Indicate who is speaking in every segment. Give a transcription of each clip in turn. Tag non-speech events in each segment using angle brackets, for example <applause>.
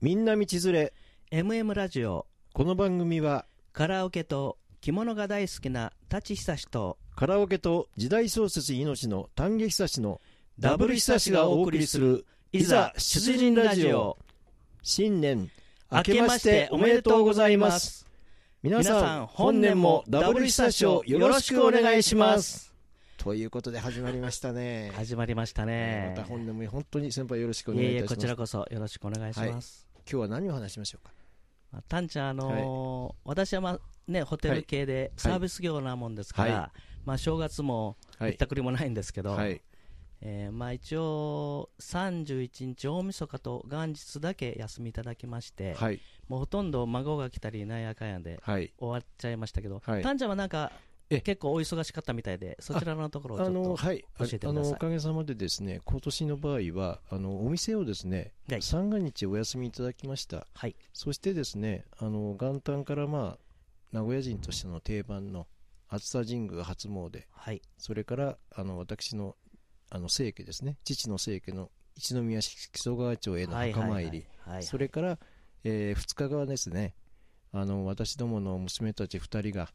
Speaker 1: みんな道連れ。
Speaker 2: MM ラジオ
Speaker 1: この番組は、
Speaker 2: カラオケと着物が大好きな舘久志と
Speaker 1: カラオケと時代小説命の丹下久志のダブル久志がお送りする、いざ出陣ラジオ。新年、明けましておめでとうございます。皆さん、
Speaker 2: 皆さん
Speaker 1: 本年もダブル久志をよろしくお願いします。ということで始まりましたね。
Speaker 2: 始まりましたね
Speaker 1: また本年も本当に先輩よろしくお
Speaker 2: い
Speaker 1: 願いい
Speaker 2: えい
Speaker 1: た
Speaker 2: え
Speaker 1: します。
Speaker 2: こちらこそよろしくお願いします、
Speaker 1: 今日は何を話しましょうか。
Speaker 2: まあタンちゃんあのー私はまあねホテル系でサービス業なもんですから、
Speaker 1: は
Speaker 2: まあ正月も
Speaker 1: は
Speaker 2: ひっ。たくりもないんですけど、
Speaker 1: はい。
Speaker 2: えーまあ一応31日大晦日と元日だけ休みいただきまして、
Speaker 1: はい。
Speaker 2: もうほとんど孫が来たりなんやかんやで
Speaker 1: はい。
Speaker 2: 終わっちゃいましたけど、
Speaker 1: はい
Speaker 2: タンちゃんはなんか
Speaker 1: え
Speaker 2: 結構お忙しかったみたいでそちらのところをちょっ
Speaker 1: あ
Speaker 2: と
Speaker 1: のはい、あ
Speaker 2: 教えてください
Speaker 1: あのおかげさまでですね今年の場合はあのお店をですね、
Speaker 2: はい
Speaker 1: 三が日お休みいただきました
Speaker 2: はい
Speaker 1: そしてですねあの元旦から、まあ、名古屋人としての定番の熱田神宮初詣
Speaker 2: はい
Speaker 1: それからあの私のあの清家ですね父の清家の一宮市木曽川町への
Speaker 2: はい
Speaker 1: 墓参り、
Speaker 2: はいはいはい
Speaker 1: それから、え2日後はですねあの私どもの娘たち2人が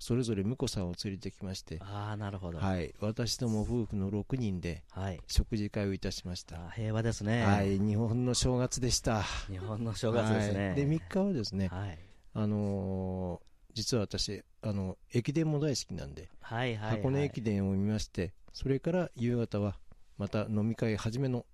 Speaker 1: それぞれ婿さんを連れてきまして
Speaker 2: ああなるほどはい、
Speaker 1: はい、私ども夫婦の6人で食事会をいたしました、
Speaker 2: あー平和ですね、
Speaker 1: はい日本の正月でした
Speaker 2: 日本の正月ですね
Speaker 1: はいで3日はですね、
Speaker 2: はい
Speaker 1: あのー実は私あの駅伝も大好きなんで、
Speaker 2: はいはいはい
Speaker 1: 箱根駅伝を見ましてそれから夕方はまた飲み会初めの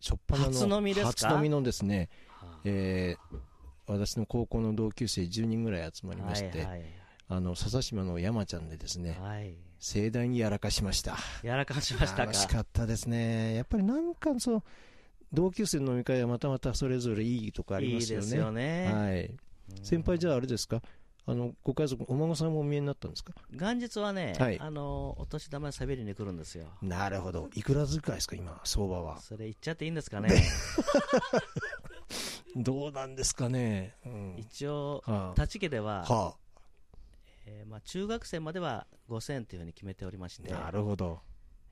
Speaker 1: しょっぱなの
Speaker 2: 初飲みですか
Speaker 1: 初飲みのですね、
Speaker 2: はあ
Speaker 1: えー私の高校の同級生10人ぐらい集まりまして、
Speaker 2: はい
Speaker 1: あの笹島の山ちゃんでですね
Speaker 2: はい、はい、
Speaker 1: 盛大にやらかしました
Speaker 2: やらかしましたか
Speaker 1: 楽しかったですねやっぱりなんかそう同級生の飲み会はまたまたそれぞれいいとこあり
Speaker 2: い
Speaker 1: ま
Speaker 2: い
Speaker 1: すよ
Speaker 2: で
Speaker 1: ね
Speaker 2: すよね、
Speaker 1: はい、
Speaker 2: うん
Speaker 1: 先輩じゃああれですかあのご家族お孫さんもお見えになったんですか
Speaker 2: 元日はね、
Speaker 1: はい
Speaker 2: あのお年玉喋りに来るんですよ
Speaker 1: なるほどいくらずくらいですか今相場は
Speaker 2: それ言っちゃっていいんですかね
Speaker 1: どうなんですかね、うん
Speaker 2: 一応
Speaker 1: は
Speaker 2: 立ち家で
Speaker 1: あ
Speaker 2: は、
Speaker 1: は
Speaker 2: えーまあ、中学生までは5000っていうふうに決めておりまし
Speaker 1: あ
Speaker 2: て、
Speaker 1: なるほど、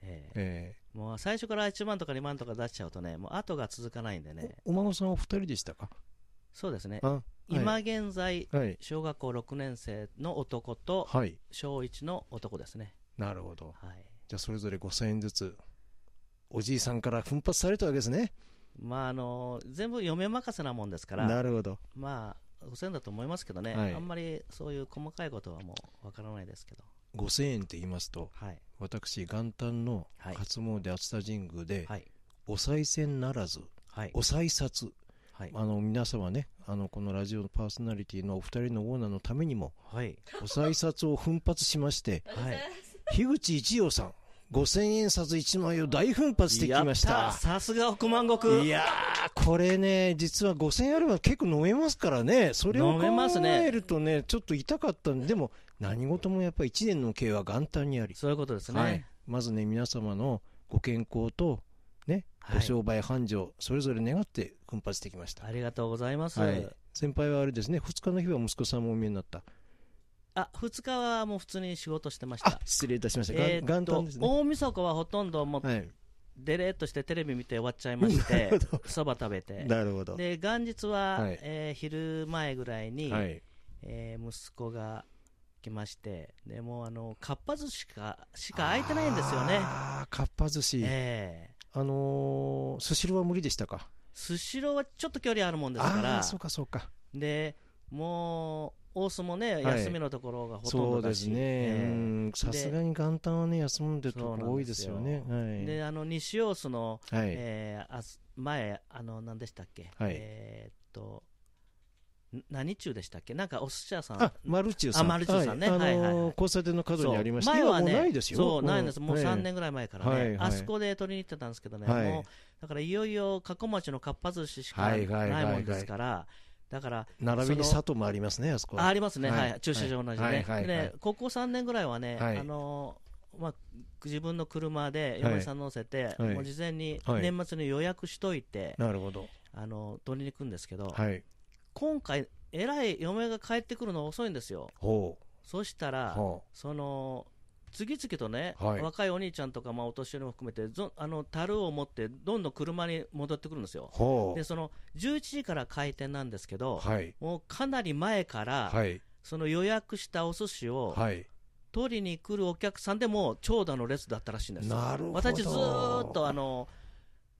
Speaker 2: ええ
Speaker 1: え
Speaker 2: もう最初から1万とか2万とか出しちゃうとね、もう後が続かないんで
Speaker 1: え
Speaker 2: ね、
Speaker 1: おお孫さんお二人でしたか
Speaker 2: そうですね、
Speaker 1: あ、は
Speaker 2: 今
Speaker 1: い、
Speaker 2: 現在、
Speaker 1: はい
Speaker 2: 小学校6年生の男と
Speaker 1: はい
Speaker 2: 小1の男ですね、
Speaker 1: なるほど
Speaker 2: はい、
Speaker 1: じゃあそれぞれ5000円ずつおじいさんから奮発されたわけですね
Speaker 2: まああの全部嫁任せなもんですから、
Speaker 1: なるほど
Speaker 2: まあ、5000だと思いますけどね、
Speaker 1: はい
Speaker 2: あんまりそういう細かいことはもうわからないですけど、
Speaker 1: 5000円って言いますと
Speaker 2: はい、
Speaker 1: 私元旦の
Speaker 2: はい
Speaker 1: 初詣熱田神宮で、
Speaker 2: はい、
Speaker 1: お賽銭ならず
Speaker 2: はい
Speaker 1: お、賽札
Speaker 2: はい、
Speaker 1: あの皆様ねあのこのラジオのパーソナリティのお二人のオーナーのために
Speaker 2: <laughs>
Speaker 1: も
Speaker 2: はい、
Speaker 1: お賽札を奮発しまして
Speaker 2: はい、
Speaker 1: 樋口一葉さん5000円札1枚を大奮発してきまし
Speaker 2: やったーさすが億万石
Speaker 1: いやーこれね実は5000円あれば結構飲めますからねそれを
Speaker 2: 飲
Speaker 1: 考
Speaker 2: めますね
Speaker 1: えるとねちょっと痛かったんででも何事もやっぱり1年の計は元旦にあり
Speaker 2: そういうことですね。
Speaker 1: はい、まずね皆様のご健康と、ね
Speaker 2: はい
Speaker 1: ご商売繁盛それぞれ願って奮発してきました、
Speaker 2: ありがとうございます。
Speaker 1: はい先輩はあれですね2日の日は息子さんもお見えになった
Speaker 2: あ、二日はもう普通に仕事してまし
Speaker 1: あ
Speaker 2: た。
Speaker 1: 失礼いたしました、
Speaker 2: えーっ
Speaker 1: 元
Speaker 2: と
Speaker 1: 元旦ですね
Speaker 2: 大晦日はほとんどもう
Speaker 1: はい
Speaker 2: デレーっとしてテレビ見て終わっちゃいまして
Speaker 1: <laughs> なるほ、
Speaker 2: そば食べて。
Speaker 1: なるほど
Speaker 2: で、元日は、
Speaker 1: はい
Speaker 2: えー昼前ぐらいに、
Speaker 1: はい
Speaker 2: えー息子が来まして、でもうあの、かっぱ寿司しか、しか空いてないんですよね。
Speaker 1: あーかっぱ寿司、
Speaker 2: ええ
Speaker 1: あのースシローは無理でしたか
Speaker 2: スシローはちょっと距離あるもんですか
Speaker 1: ああ
Speaker 2: ら
Speaker 1: ー、そうかそうか
Speaker 2: で、もう、大須もね、
Speaker 1: い
Speaker 2: 休みのところがほと
Speaker 1: そ
Speaker 2: んど
Speaker 1: うで
Speaker 2: だ
Speaker 1: す
Speaker 2: し、
Speaker 1: ね、
Speaker 2: ええ
Speaker 1: うんさすがに元旦はね休んでると
Speaker 2: そうなんです
Speaker 1: こ
Speaker 2: よ
Speaker 1: 多いですよね
Speaker 2: であの西大須の、
Speaker 1: はい、はい
Speaker 2: えーあす前、あの何でしたっけ、
Speaker 1: はい
Speaker 2: えーっとん何中でしたっけ、なんかお寿司屋さん
Speaker 1: あ、、マルチューさん。
Speaker 2: あマルチューさんね
Speaker 1: はい
Speaker 2: はいはい
Speaker 1: あ
Speaker 2: はい
Speaker 1: のー交差点の角にありました。
Speaker 2: そう前はね、
Speaker 1: 今もうないですよ。
Speaker 2: そうないんです、もう3
Speaker 1: え
Speaker 2: 年ぐらい前からね、
Speaker 1: はいはい
Speaker 2: あそこで取りに行ってたんですけどね、
Speaker 1: はい
Speaker 2: もうだからいよいよ加古町のかっぱ寿司しか
Speaker 1: は
Speaker 2: ないい
Speaker 1: はいはいはい
Speaker 2: もんですから、だから、
Speaker 1: え。並びに
Speaker 2: その
Speaker 1: 里もありますね、あそこ。
Speaker 2: あありますね、
Speaker 1: はい
Speaker 2: はい駐車場同じね,、
Speaker 1: はいはいはい
Speaker 2: でねここ3年ぐらいはね、
Speaker 1: はい
Speaker 2: あのまあ、自分の車で
Speaker 1: はい
Speaker 2: 嫁さん乗せて、
Speaker 1: はい
Speaker 2: もう事前に
Speaker 1: はい
Speaker 2: 年末に予約しといて。
Speaker 1: なるほど。
Speaker 2: あの取りに行くんですけど、
Speaker 1: はい。
Speaker 2: 今回、えらい嫁が帰ってくるの遅いんですよ、
Speaker 1: ほう。
Speaker 2: そしたら、
Speaker 1: ほ
Speaker 2: その次々とね、
Speaker 1: はい
Speaker 2: 若いお兄ちゃんとか、まあ、お年寄りも含めて、ぞあの樽を持って、どんどん車に戻ってくるんですよ。
Speaker 1: ほ
Speaker 2: で、その11時から開店なんですけ
Speaker 1: う
Speaker 2: ど、
Speaker 1: はい
Speaker 2: もうかなり前から、
Speaker 1: はい
Speaker 2: その予約したお寿司を
Speaker 1: はい
Speaker 2: 取りに来るお客さんでも長蛇の列だったらしいんですよ
Speaker 1: なるほど
Speaker 2: 私、ずーっとあの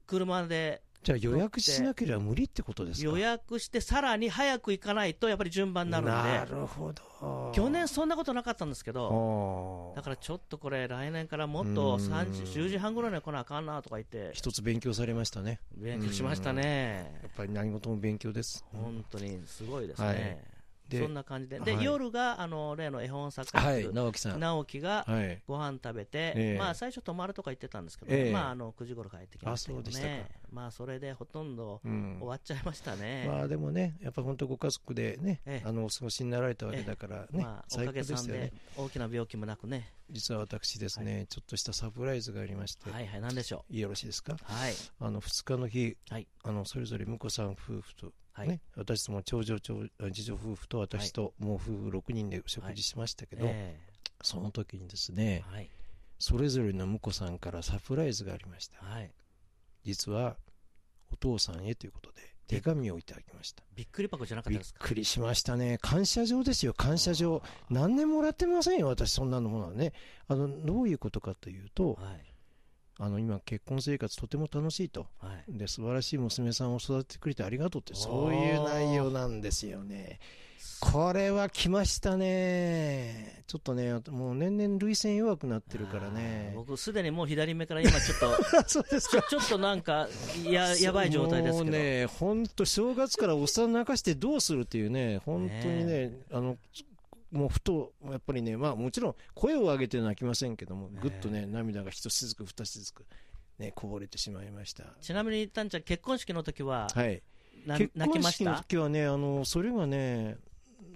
Speaker 2: 車で
Speaker 1: じゃあ予約しなければ無理ってことですか
Speaker 2: 予約して、さらに早く行かないと、やっぱり順番になる
Speaker 1: なん
Speaker 2: で、
Speaker 1: るほど
Speaker 2: 去年、そんなことなかったんですけど、
Speaker 1: はあ
Speaker 2: だからちょっとこれ、来年からもっと3
Speaker 1: う
Speaker 2: 時
Speaker 1: ん
Speaker 2: 10時半ぐらいには来なあかんなとか言って、
Speaker 1: 一つ勉強されましたね
Speaker 2: 勉強しました
Speaker 1: やっ
Speaker 2: ね、
Speaker 1: ぱり何事も勉強です
Speaker 2: 本当にすごいです
Speaker 1: は
Speaker 2: ね
Speaker 1: い。
Speaker 2: そ
Speaker 1: で
Speaker 2: んな感じで、で、
Speaker 1: はい
Speaker 2: 夜があの例の絵本作家、
Speaker 1: はい直樹さん
Speaker 2: 直樹が
Speaker 1: はい
Speaker 2: ご飯食べて、
Speaker 1: ええ
Speaker 2: まあ最初泊まるとか言ってたんですけど、
Speaker 1: ええ
Speaker 2: まああの9時頃帰ってきましたけど
Speaker 1: あそうでした
Speaker 2: ね
Speaker 1: か。
Speaker 2: まあそれでほとんど
Speaker 1: うん
Speaker 2: 終わっちゃいましたね。
Speaker 1: まあでもねやっぱ本当ご家族でね
Speaker 2: ええ
Speaker 1: あのお過ごしになられたわけだからね
Speaker 2: まあお
Speaker 1: 最
Speaker 2: か
Speaker 1: 高
Speaker 2: げ
Speaker 1: で
Speaker 2: さん
Speaker 1: すよね
Speaker 2: で大きな病気もなくね。
Speaker 1: 実は私ですねちょっとしたサプライズがありまして
Speaker 2: はいはい、なんでしょ
Speaker 1: よろしいですか
Speaker 2: う。はい。
Speaker 1: あの2日の日
Speaker 2: はい。
Speaker 1: あのそれぞれ婿さん夫婦と
Speaker 2: はい。
Speaker 1: ね、私ども長女長次女夫婦と私ともう夫婦6人で食事しましたけど、
Speaker 2: え
Speaker 1: その時にです
Speaker 2: え
Speaker 1: ね
Speaker 2: はい。
Speaker 1: それぞれの婿さんからサプライズがありました
Speaker 2: はい。
Speaker 1: 実はお父さんへということで手紙をいただきました
Speaker 2: びっくり箱じゃなかっ
Speaker 1: び
Speaker 2: た
Speaker 1: っ
Speaker 2: ですか。
Speaker 1: くりしましたね感謝状ですよ感謝状
Speaker 2: あ
Speaker 1: 何年もらってませんよ私そんなのものはねあのどういうことかというと
Speaker 2: ー。はい。
Speaker 1: あの今結婚生活とても楽しいと
Speaker 2: はい。
Speaker 1: で素晴らしい娘さんを育ててくれてありがとうってそういう内容なんですよねこれは来ましたねちょっとねもう年々涙腺弱くなってるから
Speaker 2: あー
Speaker 1: ね
Speaker 2: 僕すでにもう左目から今ちょっ
Speaker 1: <laughs>
Speaker 2: と
Speaker 1: そうです
Speaker 2: ちょちょっとなんかややばい状態ですけど。
Speaker 1: もうね本当正月からおっさん泣かしてどうするっていうね本当にねあのもうふとやっぱりねまあもちろん声を上げて泣きませんけどもぐっとね涙が一つずく二つずくねこぼれてしまいました
Speaker 2: ちなみにたんちゃん結婚式の時は、
Speaker 1: はい
Speaker 2: な
Speaker 1: 結
Speaker 2: 泣き
Speaker 1: 婚
Speaker 2: まし
Speaker 1: 式の
Speaker 2: た。
Speaker 1: 時はねあのそれがね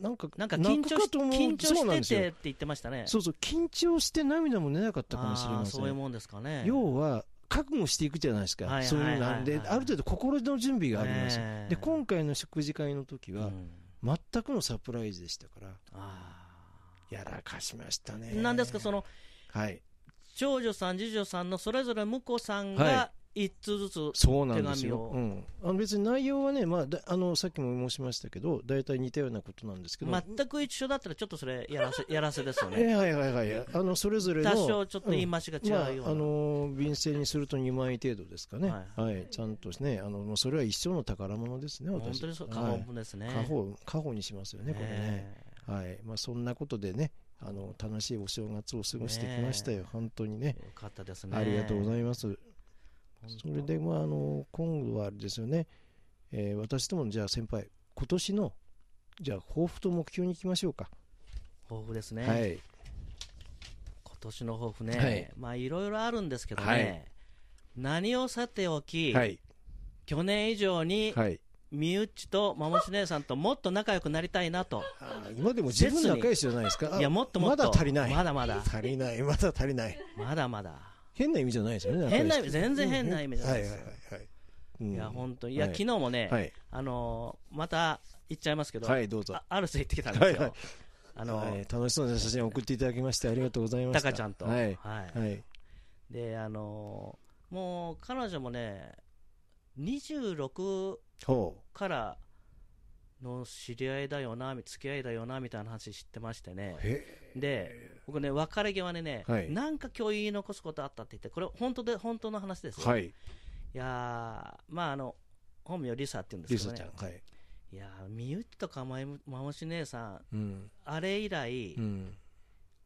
Speaker 1: なんか
Speaker 2: なんか緊張し
Speaker 1: 泣くかと思う
Speaker 2: 緊張
Speaker 1: そうなんで
Speaker 2: し
Speaker 1: す
Speaker 2: ててっ
Speaker 1: よ
Speaker 2: て言ってましたね。
Speaker 1: そうそう緊張して涙も出なかったかもしれ
Speaker 2: あ
Speaker 1: ま
Speaker 2: ー
Speaker 1: せん
Speaker 2: そういうもんですかね。
Speaker 1: 要は覚悟していくじゃないですか、
Speaker 2: はいはい
Speaker 1: そういうなん
Speaker 2: はい
Speaker 1: で
Speaker 2: はい
Speaker 1: ある程度心の準備があります、
Speaker 2: ええ
Speaker 1: で今回の食事会の時
Speaker 2: う
Speaker 1: は
Speaker 2: ん
Speaker 1: 全くのサプライズでしたから
Speaker 2: あ
Speaker 1: やらかしましたね
Speaker 2: ーなんですか、その
Speaker 1: はい
Speaker 2: 長女さん、次女さんのそれぞれ婿さん
Speaker 1: は
Speaker 2: が一通ずつ、
Speaker 1: そうなんです
Speaker 2: 手紙
Speaker 1: よ
Speaker 2: を、
Speaker 1: うん、あの別に内容はね、まあ、だあのさっきも申しましたけど大体似たようなことなんですけど、
Speaker 2: 全く一緒だったら、ちょっとそれやらせ、やらせですよ
Speaker 1: え <laughs>
Speaker 2: ね。
Speaker 1: えはいはいはいあのそれぞれの
Speaker 2: 多少ちょっと言い回しが違
Speaker 1: まあ、あ
Speaker 2: うような。
Speaker 1: のー便箋にすると2万円程度ですかね、
Speaker 2: は
Speaker 1: はいいちゃんとねあの、もうそれは一生の宝物ですね、
Speaker 2: 本
Speaker 1: 私
Speaker 2: 当にそう、過
Speaker 1: は
Speaker 2: 保
Speaker 1: い
Speaker 2: 分ですね。
Speaker 1: 家宝家宝にしますよね、これね、
Speaker 2: ええ
Speaker 1: はいまあ、そんなことでねあの、楽しいお正月を過ごしてきましたよ、本当にね、
Speaker 2: よかったですね。
Speaker 1: ありがとうご
Speaker 2: い
Speaker 1: ざいます。それで、まああの、今度はあれですよね、えー私どものじゃあ、先輩、今年のじゃあ、抱負と目標にいきましょうか。
Speaker 2: 豊富ですね。
Speaker 1: はい、
Speaker 2: 今年の抱負ね、
Speaker 1: はい
Speaker 2: まあいろいろあるんですけどね、
Speaker 1: はい
Speaker 2: 何をさておき、
Speaker 1: はい、
Speaker 2: 去年以上に
Speaker 1: はい、
Speaker 2: みうちとまもし姉さんともっと仲良くなりたいなと、
Speaker 1: あー今でも十分仲良しじゃないですか、
Speaker 2: いや、
Speaker 1: あ
Speaker 2: もっともっと、
Speaker 1: まだ足りない。
Speaker 2: まだまだ、
Speaker 1: 足りない、まだ足りない。
Speaker 2: まだまだ、
Speaker 1: 変な意味じゃないですよね。
Speaker 2: 変な意
Speaker 1: 中
Speaker 2: 味、
Speaker 1: 居
Speaker 2: 全然変な意味じゃない
Speaker 1: はい
Speaker 2: で
Speaker 1: はい
Speaker 2: す
Speaker 1: はい
Speaker 2: よ。
Speaker 1: はい。うん
Speaker 2: いや、本当に、いや、
Speaker 1: はい
Speaker 2: 昨日もね、
Speaker 1: はい。
Speaker 2: あのーまた行っちゃいますけど、
Speaker 1: はい、どうぞ
Speaker 2: あ。アルス行ってきたんですよ、
Speaker 1: はいはい
Speaker 2: あのー
Speaker 1: はい楽しそうな写真を送っていただきましてありがとうございま
Speaker 2: タ
Speaker 1: した。
Speaker 2: カちゃんと、
Speaker 1: はい。
Speaker 2: はい
Speaker 1: はい。
Speaker 2: で、あのーもう彼女もね、26
Speaker 1: ほ
Speaker 2: からの知り合いだよな、付き合いだよなみたいな話知ってましてね
Speaker 1: う。、へ
Speaker 2: で、僕ね、別れ際にね、
Speaker 1: はい
Speaker 2: なんか今日言い残すことあったって言って、これ、本当で本当の話ですよ、い、
Speaker 1: はい。
Speaker 2: やー、まあ、あの本名、リサって言うんで
Speaker 1: リ
Speaker 2: すけ
Speaker 1: サ
Speaker 2: ど
Speaker 1: ちゃ
Speaker 2: ね
Speaker 1: ん。、はい。
Speaker 2: いやー、みゆきとかまゆまもし姉さん、
Speaker 1: うん。
Speaker 2: あれ以来
Speaker 1: う、ん。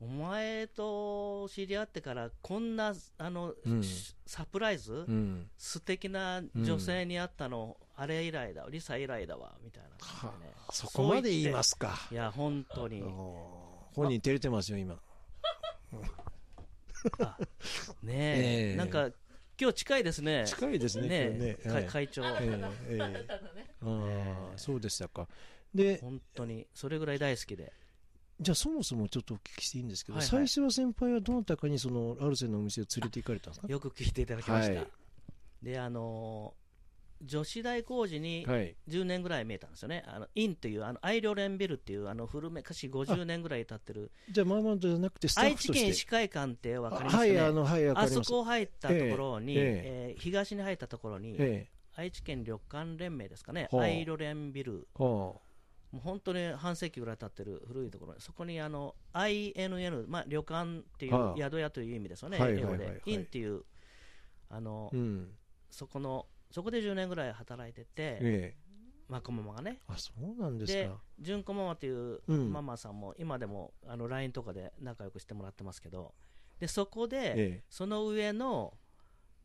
Speaker 2: お前と知り合ってから、こんなあの、
Speaker 1: うん
Speaker 2: しサプライズ、
Speaker 1: うん。
Speaker 2: 素敵な女性に会ったの、あれ以来だ、リサ以来だわ、みたいな
Speaker 1: は
Speaker 2: 感じでね、。
Speaker 1: あそこまで言いますすか。
Speaker 2: いや、本当に。
Speaker 1: おー本人照れてますよ、今。
Speaker 2: あねえ、
Speaker 1: ええ
Speaker 2: なんか今日近いですね。
Speaker 1: 近いですね、
Speaker 2: ね
Speaker 1: 今日
Speaker 2: え、
Speaker 1: ね。はい
Speaker 2: か会長、
Speaker 1: ええええああ、そうでしたか。で、
Speaker 2: 本当にそれぐらい大好きで。
Speaker 1: じゃあそもそもちょっとお聞きしていいんですけど、
Speaker 2: はいはい
Speaker 1: 最初は先輩はどなたかにそのアルセンのお店を連れて行かれたんですか
Speaker 2: よく聞いていただきました。
Speaker 1: はい
Speaker 2: で、あの女子大工事に
Speaker 1: はい。
Speaker 2: 10年ぐらい見えたんですよね、あのインという、あのアイリョレンビルっていう、あの古めかし50年ぐらい経ってる、
Speaker 1: じゃあ、マーマントじゃなくて、スタッ
Speaker 2: 愛
Speaker 1: フ
Speaker 2: 知
Speaker 1: として。
Speaker 2: 県歯科医館って分かりますか
Speaker 1: は
Speaker 2: ね、
Speaker 1: い、あ
Speaker 2: あ
Speaker 1: の、はい、わかり
Speaker 2: そ
Speaker 1: ます。
Speaker 2: こ入ったところに、
Speaker 1: え
Speaker 2: え
Speaker 1: え
Speaker 2: ー東に入ったところに、
Speaker 1: え
Speaker 2: 愛知県旅館連盟ですかね、
Speaker 1: ほう
Speaker 2: アイリョレンビル、
Speaker 1: え。はあ。
Speaker 2: もう本当に半世紀ぐらい経ってる古いところ、そこにあの INN、まあ、旅館ってい
Speaker 1: はあ
Speaker 2: う宿屋という意味ですよね、
Speaker 1: はい
Speaker 2: 英語
Speaker 1: はいはいは
Speaker 2: で
Speaker 1: い。
Speaker 2: インっていうあの、
Speaker 1: うん。
Speaker 2: そこのそこで10年ぐらい働いてて、
Speaker 1: ええ。
Speaker 2: まこママがね、
Speaker 1: あ、そうなんですか。
Speaker 2: 純子ママという
Speaker 1: うん
Speaker 2: ママさんも今でもあの LINE とかで仲良くしてもらってますけど、でそこで、
Speaker 1: え
Speaker 2: その上の、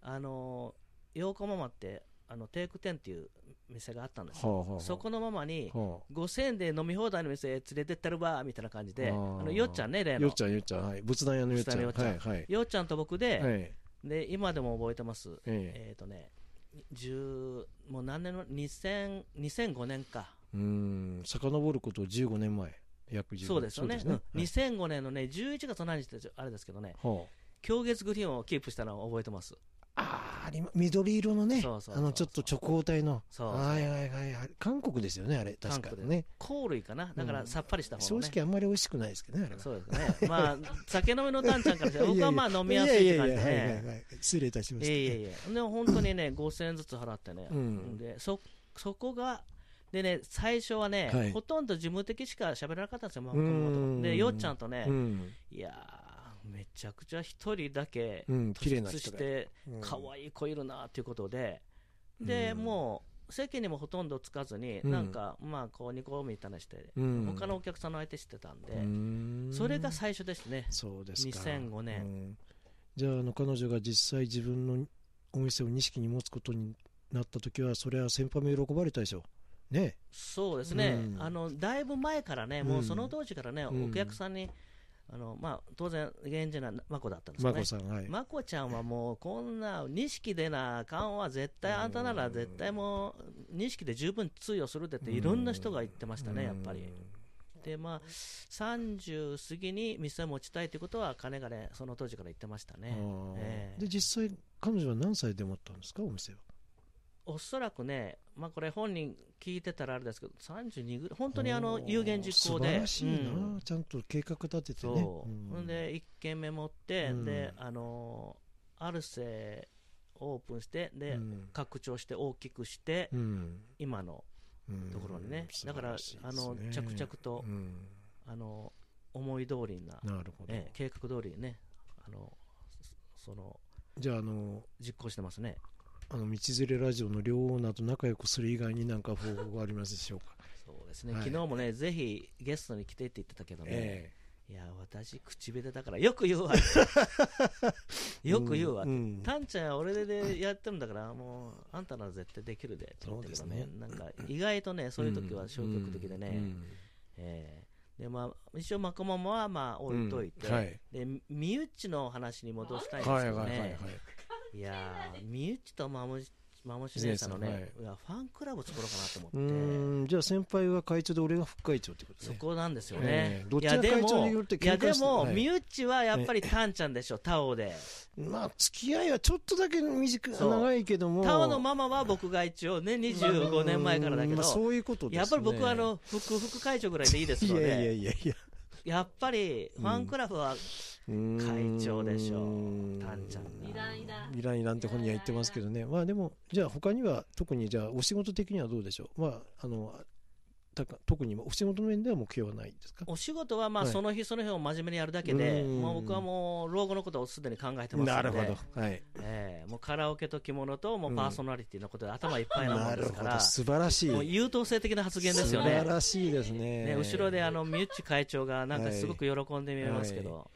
Speaker 2: あの陽子ママってあのテイクテンっていう店があったん
Speaker 1: え。
Speaker 2: です
Speaker 1: は
Speaker 2: よ。
Speaker 1: あ、はあはあ。
Speaker 2: そこのママに、
Speaker 1: は
Speaker 2: 5000円で飲み放題の店へ連れてったるばみたいな感じで、
Speaker 1: あ
Speaker 2: あ
Speaker 1: ー
Speaker 2: のよっちゃんね、
Speaker 1: あ。
Speaker 2: 例
Speaker 1: よ
Speaker 2: の
Speaker 1: っ。ちゃん、よっちゃん、はい。仏壇屋のよっちゃん。
Speaker 2: 仏壇
Speaker 1: は
Speaker 2: 屋
Speaker 1: い、はい。
Speaker 2: よっちゃんと僕で、
Speaker 1: え
Speaker 2: で今でも覚えてます。
Speaker 1: え。ええ。
Speaker 2: えっ、とね、10もう何年の2000 2005年か、
Speaker 1: うん、遡ること15年前。約15年
Speaker 2: そうですよね、
Speaker 1: そう
Speaker 2: うん
Speaker 1: です
Speaker 2: 2005年のね、11月何日ってあれですけどね、
Speaker 1: ねはいはあ。
Speaker 2: 狂月グリーンをキープしたのを覚えてます。
Speaker 1: あーありま緑色のね
Speaker 2: そうそうそうそう
Speaker 1: あのちょっと直交体の
Speaker 2: そうそう
Speaker 1: はいはいはいはい韓国ですよねあれ確かにね
Speaker 2: コールイかな、だか
Speaker 1: う
Speaker 2: ら
Speaker 1: ん
Speaker 2: さっぱりした方
Speaker 1: 正
Speaker 2: のね。
Speaker 1: 直あんまり美味しくないですけどねあれは
Speaker 2: そうですね、まあ、酒飲みのタンちゃんから
Speaker 1: <laughs>
Speaker 2: して、僕はまあ飲みやすいっ
Speaker 1: い
Speaker 2: て
Speaker 1: や
Speaker 2: 感
Speaker 1: い
Speaker 2: じ
Speaker 1: や
Speaker 2: で
Speaker 1: いやはいはい
Speaker 2: ね、
Speaker 1: はい失礼いたしま
Speaker 2: い
Speaker 1: し
Speaker 2: や
Speaker 1: た
Speaker 2: いやいや、でも本当
Speaker 1: <laughs>
Speaker 2: にね、5000円ずつ払ってね、
Speaker 1: うん
Speaker 2: でそそこが、でね、最初はね、
Speaker 1: はい
Speaker 2: ほとんど事務的しか喋らなかったんですよ、ママ
Speaker 1: う
Speaker 2: 友
Speaker 1: ん
Speaker 2: と。で、よっちゃんとね、
Speaker 1: うん
Speaker 2: いやー、めちゃくちゃ一人だけ
Speaker 1: うん綺麗な
Speaker 2: 突
Speaker 1: 人
Speaker 2: し
Speaker 1: だ
Speaker 2: て、
Speaker 1: うん
Speaker 2: 可愛い子いるなっていうことで、で、
Speaker 1: うん
Speaker 2: もう、席にもほとんどつかずに、
Speaker 1: うん
Speaker 2: なんか、まあ、こう、ニコみたいなして、
Speaker 1: うん
Speaker 2: 他のお客さんの相手してたんで、
Speaker 1: うん
Speaker 2: それが最初ですね。
Speaker 1: そうですか
Speaker 2: 2005年
Speaker 1: うんじゃああの彼女が実際自分のお店を錦に持つことになった時はそれは先輩も喜ばれたでしょうね
Speaker 2: そうですね、
Speaker 1: うん
Speaker 2: あのだいぶ前からね、もうその当時からね、
Speaker 1: うん
Speaker 2: お客さんに、あのまあ、当然、現地な眞子だったんですけ
Speaker 1: 眞
Speaker 2: ど
Speaker 1: 子、
Speaker 2: ね
Speaker 1: さんはい
Speaker 2: 眞子ちゃんはもう、こんな、錦でなあかんわ、絶対、あんたなら絶対もう、錦で十分通用するでって、いろんな人が言ってましたね、やっぱり。で、まあ、30過ぎに店持ちたいということは、金がね、その当時から言ってましたね。
Speaker 1: あー
Speaker 2: ええ
Speaker 1: で実際彼女は何歳で持ったんですかお店は
Speaker 2: おそらくね、まあ、これ、本人聞いてたらあれですけど、32ぐらい、本当にあの有言実行で。
Speaker 1: 素晴らしいな、
Speaker 2: うん
Speaker 1: ちゃんと計画立ててね
Speaker 2: そう、
Speaker 1: ん
Speaker 2: ほんで1軒目持って、
Speaker 1: うん
Speaker 2: であのーアルセオープンしてで、
Speaker 1: うん
Speaker 2: 拡張して大きくして、
Speaker 1: うん
Speaker 2: 今の
Speaker 1: うん
Speaker 2: ところにね、
Speaker 1: 素
Speaker 2: だ
Speaker 1: 晴
Speaker 2: から
Speaker 1: しいですね
Speaker 2: あの着々と、
Speaker 1: うん
Speaker 2: あの思い通りな、
Speaker 1: なるほど、
Speaker 2: ええ計画通りにねあのそその
Speaker 1: じゃああの
Speaker 2: 実行してますね
Speaker 1: あの道連れラジオの両オーナーと仲良くする以外に何か方法がありますでしょう
Speaker 2: <laughs>
Speaker 1: か、
Speaker 2: そうですね、
Speaker 1: はい
Speaker 2: 昨日もねぜひゲストに来てって言ってたけどね、
Speaker 1: え
Speaker 2: いや私口下手だからよく言うわ
Speaker 1: <laughs> え
Speaker 2: よく言うわ、
Speaker 1: んん
Speaker 2: タンちゃんは俺でやってるんだ
Speaker 1: <laughs>
Speaker 2: から、もう、あんたなら絶対できるでって言ってるか
Speaker 1: そ
Speaker 2: ら
Speaker 1: うですね
Speaker 2: なんか、意外とね、そういう時は消極的でね、
Speaker 1: うんうん
Speaker 2: えーで、まあ、一応、マコママはまあ置いといて、
Speaker 1: うんはい
Speaker 2: で、身内の話に戻したいんです
Speaker 1: はい
Speaker 2: けど
Speaker 1: はいはいはい
Speaker 2: ね、いやー、身内とマムシ、マムシ姉さんのね、
Speaker 1: 姉さんはい
Speaker 2: い、や、ファンクラブ作ろうかなと
Speaker 1: う
Speaker 2: 思って。
Speaker 1: んじゃあ先輩は会長で俺が副会長ってこと
Speaker 2: そ
Speaker 1: ね
Speaker 2: こなんですよ
Speaker 1: え
Speaker 2: ね。
Speaker 1: えどっちが
Speaker 2: いやでも
Speaker 1: 会長によって
Speaker 2: いや
Speaker 1: 喧嘩
Speaker 2: で
Speaker 1: して
Speaker 2: も、
Speaker 1: はい
Speaker 2: 身内はやっぱりタンちゃんでしょ、タオで。
Speaker 1: まあ付き合いはちょっとだけ短く
Speaker 2: そう
Speaker 1: 長いけども
Speaker 2: タオのママは僕が一応ね、25年前からだけ
Speaker 1: うんま
Speaker 2: ど
Speaker 1: あ、そういうことですね
Speaker 2: やっぱり僕はあの副副会長ぐらいでいいです
Speaker 1: い
Speaker 2: の
Speaker 1: や
Speaker 2: で、
Speaker 1: いやいやいや
Speaker 2: やっぱりファンクラブは、会長でしょうタンちゃん
Speaker 1: イ
Speaker 2: が
Speaker 1: ライライライラって本人は言ってますけどねまあでもじゃあ他には特にじゃあお仕事的にはどうでしょうまああのたか特にお仕事の面では目標はないんですか
Speaker 2: お仕事はまあ
Speaker 1: はい
Speaker 2: その日その日を真面目にやるだけで、
Speaker 1: うん
Speaker 2: もう僕はもう老後のことをすでに考えてますので、
Speaker 1: なるほどはい
Speaker 2: ええもうカラオケと着物ともうパーソナリティのことで頭いっぱいなも
Speaker 1: なん
Speaker 2: で
Speaker 1: る
Speaker 2: すか
Speaker 1: ほ
Speaker 2: ら
Speaker 1: ど、素晴らし
Speaker 2: もう
Speaker 1: い
Speaker 2: 優等生的な発言です
Speaker 1: 素
Speaker 2: よ
Speaker 1: 晴
Speaker 2: ね。
Speaker 1: らしいですね
Speaker 2: ね後ろであのミュッチ会長がなんかすごく喜んで見えますけど、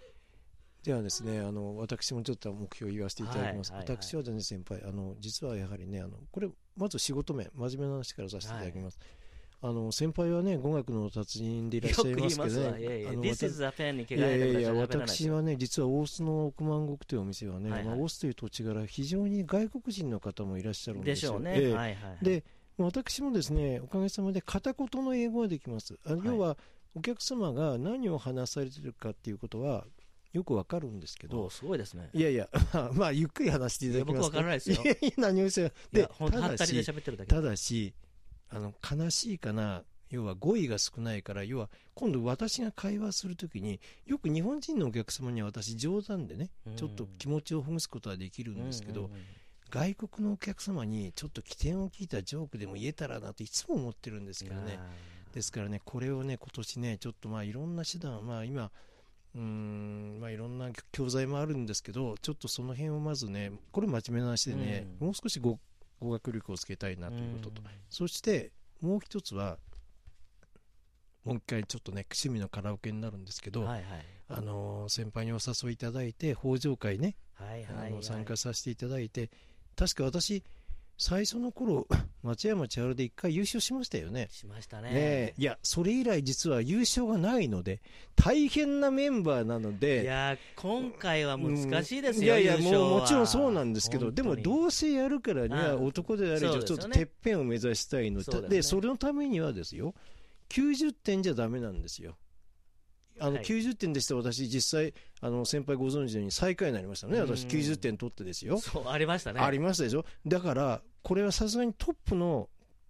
Speaker 1: ではですねあの私もちょっと目標を言わせていただきます、
Speaker 2: はいはいはい
Speaker 1: 私はですね先輩あの実はやはりねあのこれまず仕事面真面目な話からさせていただきます、あの先輩はね語学の達人でいらっ
Speaker 2: よ
Speaker 1: し
Speaker 2: く
Speaker 1: ゃい
Speaker 2: 言
Speaker 1: ま
Speaker 2: い
Speaker 1: すけ
Speaker 2: ます
Speaker 1: ど
Speaker 2: わ、いや
Speaker 1: ね
Speaker 2: いや
Speaker 1: あの
Speaker 2: This is the pen に
Speaker 1: い
Speaker 2: 毛が
Speaker 1: や
Speaker 2: え
Speaker 1: い
Speaker 2: て
Speaker 1: や
Speaker 2: く
Speaker 1: いや
Speaker 2: ださい喋らないです
Speaker 1: 私
Speaker 2: よ
Speaker 1: はね実は大須の億万石というお店はね、
Speaker 2: はいはい
Speaker 1: まあ、大須という土地柄非常に外国人の方もいらっしゃるん
Speaker 2: で
Speaker 1: で
Speaker 2: し
Speaker 1: すよ
Speaker 2: ょうね、
Speaker 1: ええ
Speaker 2: はいはい、
Speaker 1: で私もですねおかげさまで片言の英語はできますあ
Speaker 2: い
Speaker 1: 要はお客様が何を話されてるかっていうことはよくわかるんですけ
Speaker 2: ど
Speaker 1: ど
Speaker 2: う、すごいですね。
Speaker 1: いやいや、まあ、まあ、ゆっくり話していただき
Speaker 2: 僕
Speaker 1: ま
Speaker 2: わ
Speaker 1: す
Speaker 2: からないですよ
Speaker 1: い。やいや、何をしてる
Speaker 2: い
Speaker 1: で
Speaker 2: や、、本当
Speaker 1: た
Speaker 2: はっ
Speaker 1: だ
Speaker 2: たりで
Speaker 1: し、
Speaker 2: 喋ってるだけ。
Speaker 1: ただし、あの、悲しいかな、要は語彙が少ないから、要は、今度私が会話するときに、よく日本人のお客様には私、冗談でね、ちょっと気持ちをほぐすことはできるんですけど、
Speaker 2: うんうんうん
Speaker 1: 外国のお客様にちょっと起点を聞いたジョークでも言えたらなといつも思ってるんですけどね。ですからね、これをね、今年ね、ちょっとまあいろんな手段、まあ今、うーん、まあいろんな教材もあるんですけど、ちょっとその辺をまずね、これ真面目な話でね、
Speaker 2: うん
Speaker 1: もう少し語語学力をつけたいな
Speaker 2: あー
Speaker 1: ということと、
Speaker 2: ん
Speaker 1: そしてもう一つは、もう一回ちょっとね、趣味のカラオケになるんですけど、
Speaker 2: はいはい
Speaker 1: あのー先輩にお誘いいただいて、北条会ね、
Speaker 2: はい
Speaker 1: あの
Speaker 2: はいはい
Speaker 1: 参加させていただいて、確か私、最初の頃 <laughs> 松山千春で一回優勝しましたよね。
Speaker 2: しました
Speaker 1: ね
Speaker 2: ね
Speaker 1: えいや、それ以来実は優勝がないので、大変なメンバーなの
Speaker 2: い
Speaker 1: で、
Speaker 2: やー今回は
Speaker 1: うん
Speaker 2: 難しいですよ、
Speaker 1: いやいや、
Speaker 2: 優勝
Speaker 1: もう
Speaker 2: は
Speaker 1: もちろんそうなんですけど、
Speaker 2: 本
Speaker 1: で
Speaker 2: 当
Speaker 1: も
Speaker 2: に
Speaker 1: どうせやるからには
Speaker 2: うん
Speaker 1: 男であれ以
Speaker 2: そう
Speaker 1: 上、
Speaker 2: です
Speaker 1: ちょ
Speaker 2: よ
Speaker 1: っと
Speaker 2: ね
Speaker 1: てっぺんを目指したいの
Speaker 2: そうです
Speaker 1: で、
Speaker 2: ね
Speaker 1: でそれのためにはですよ、90点じゃダメなんですよ。あの
Speaker 2: はい
Speaker 1: 90点でした私、実際、あの先輩ご存知のように最下位になりましたね、私、
Speaker 2: うん
Speaker 1: 90点取ってですよ。
Speaker 2: そうありましたね
Speaker 1: ありましたでしょだからこれはさすがにトップの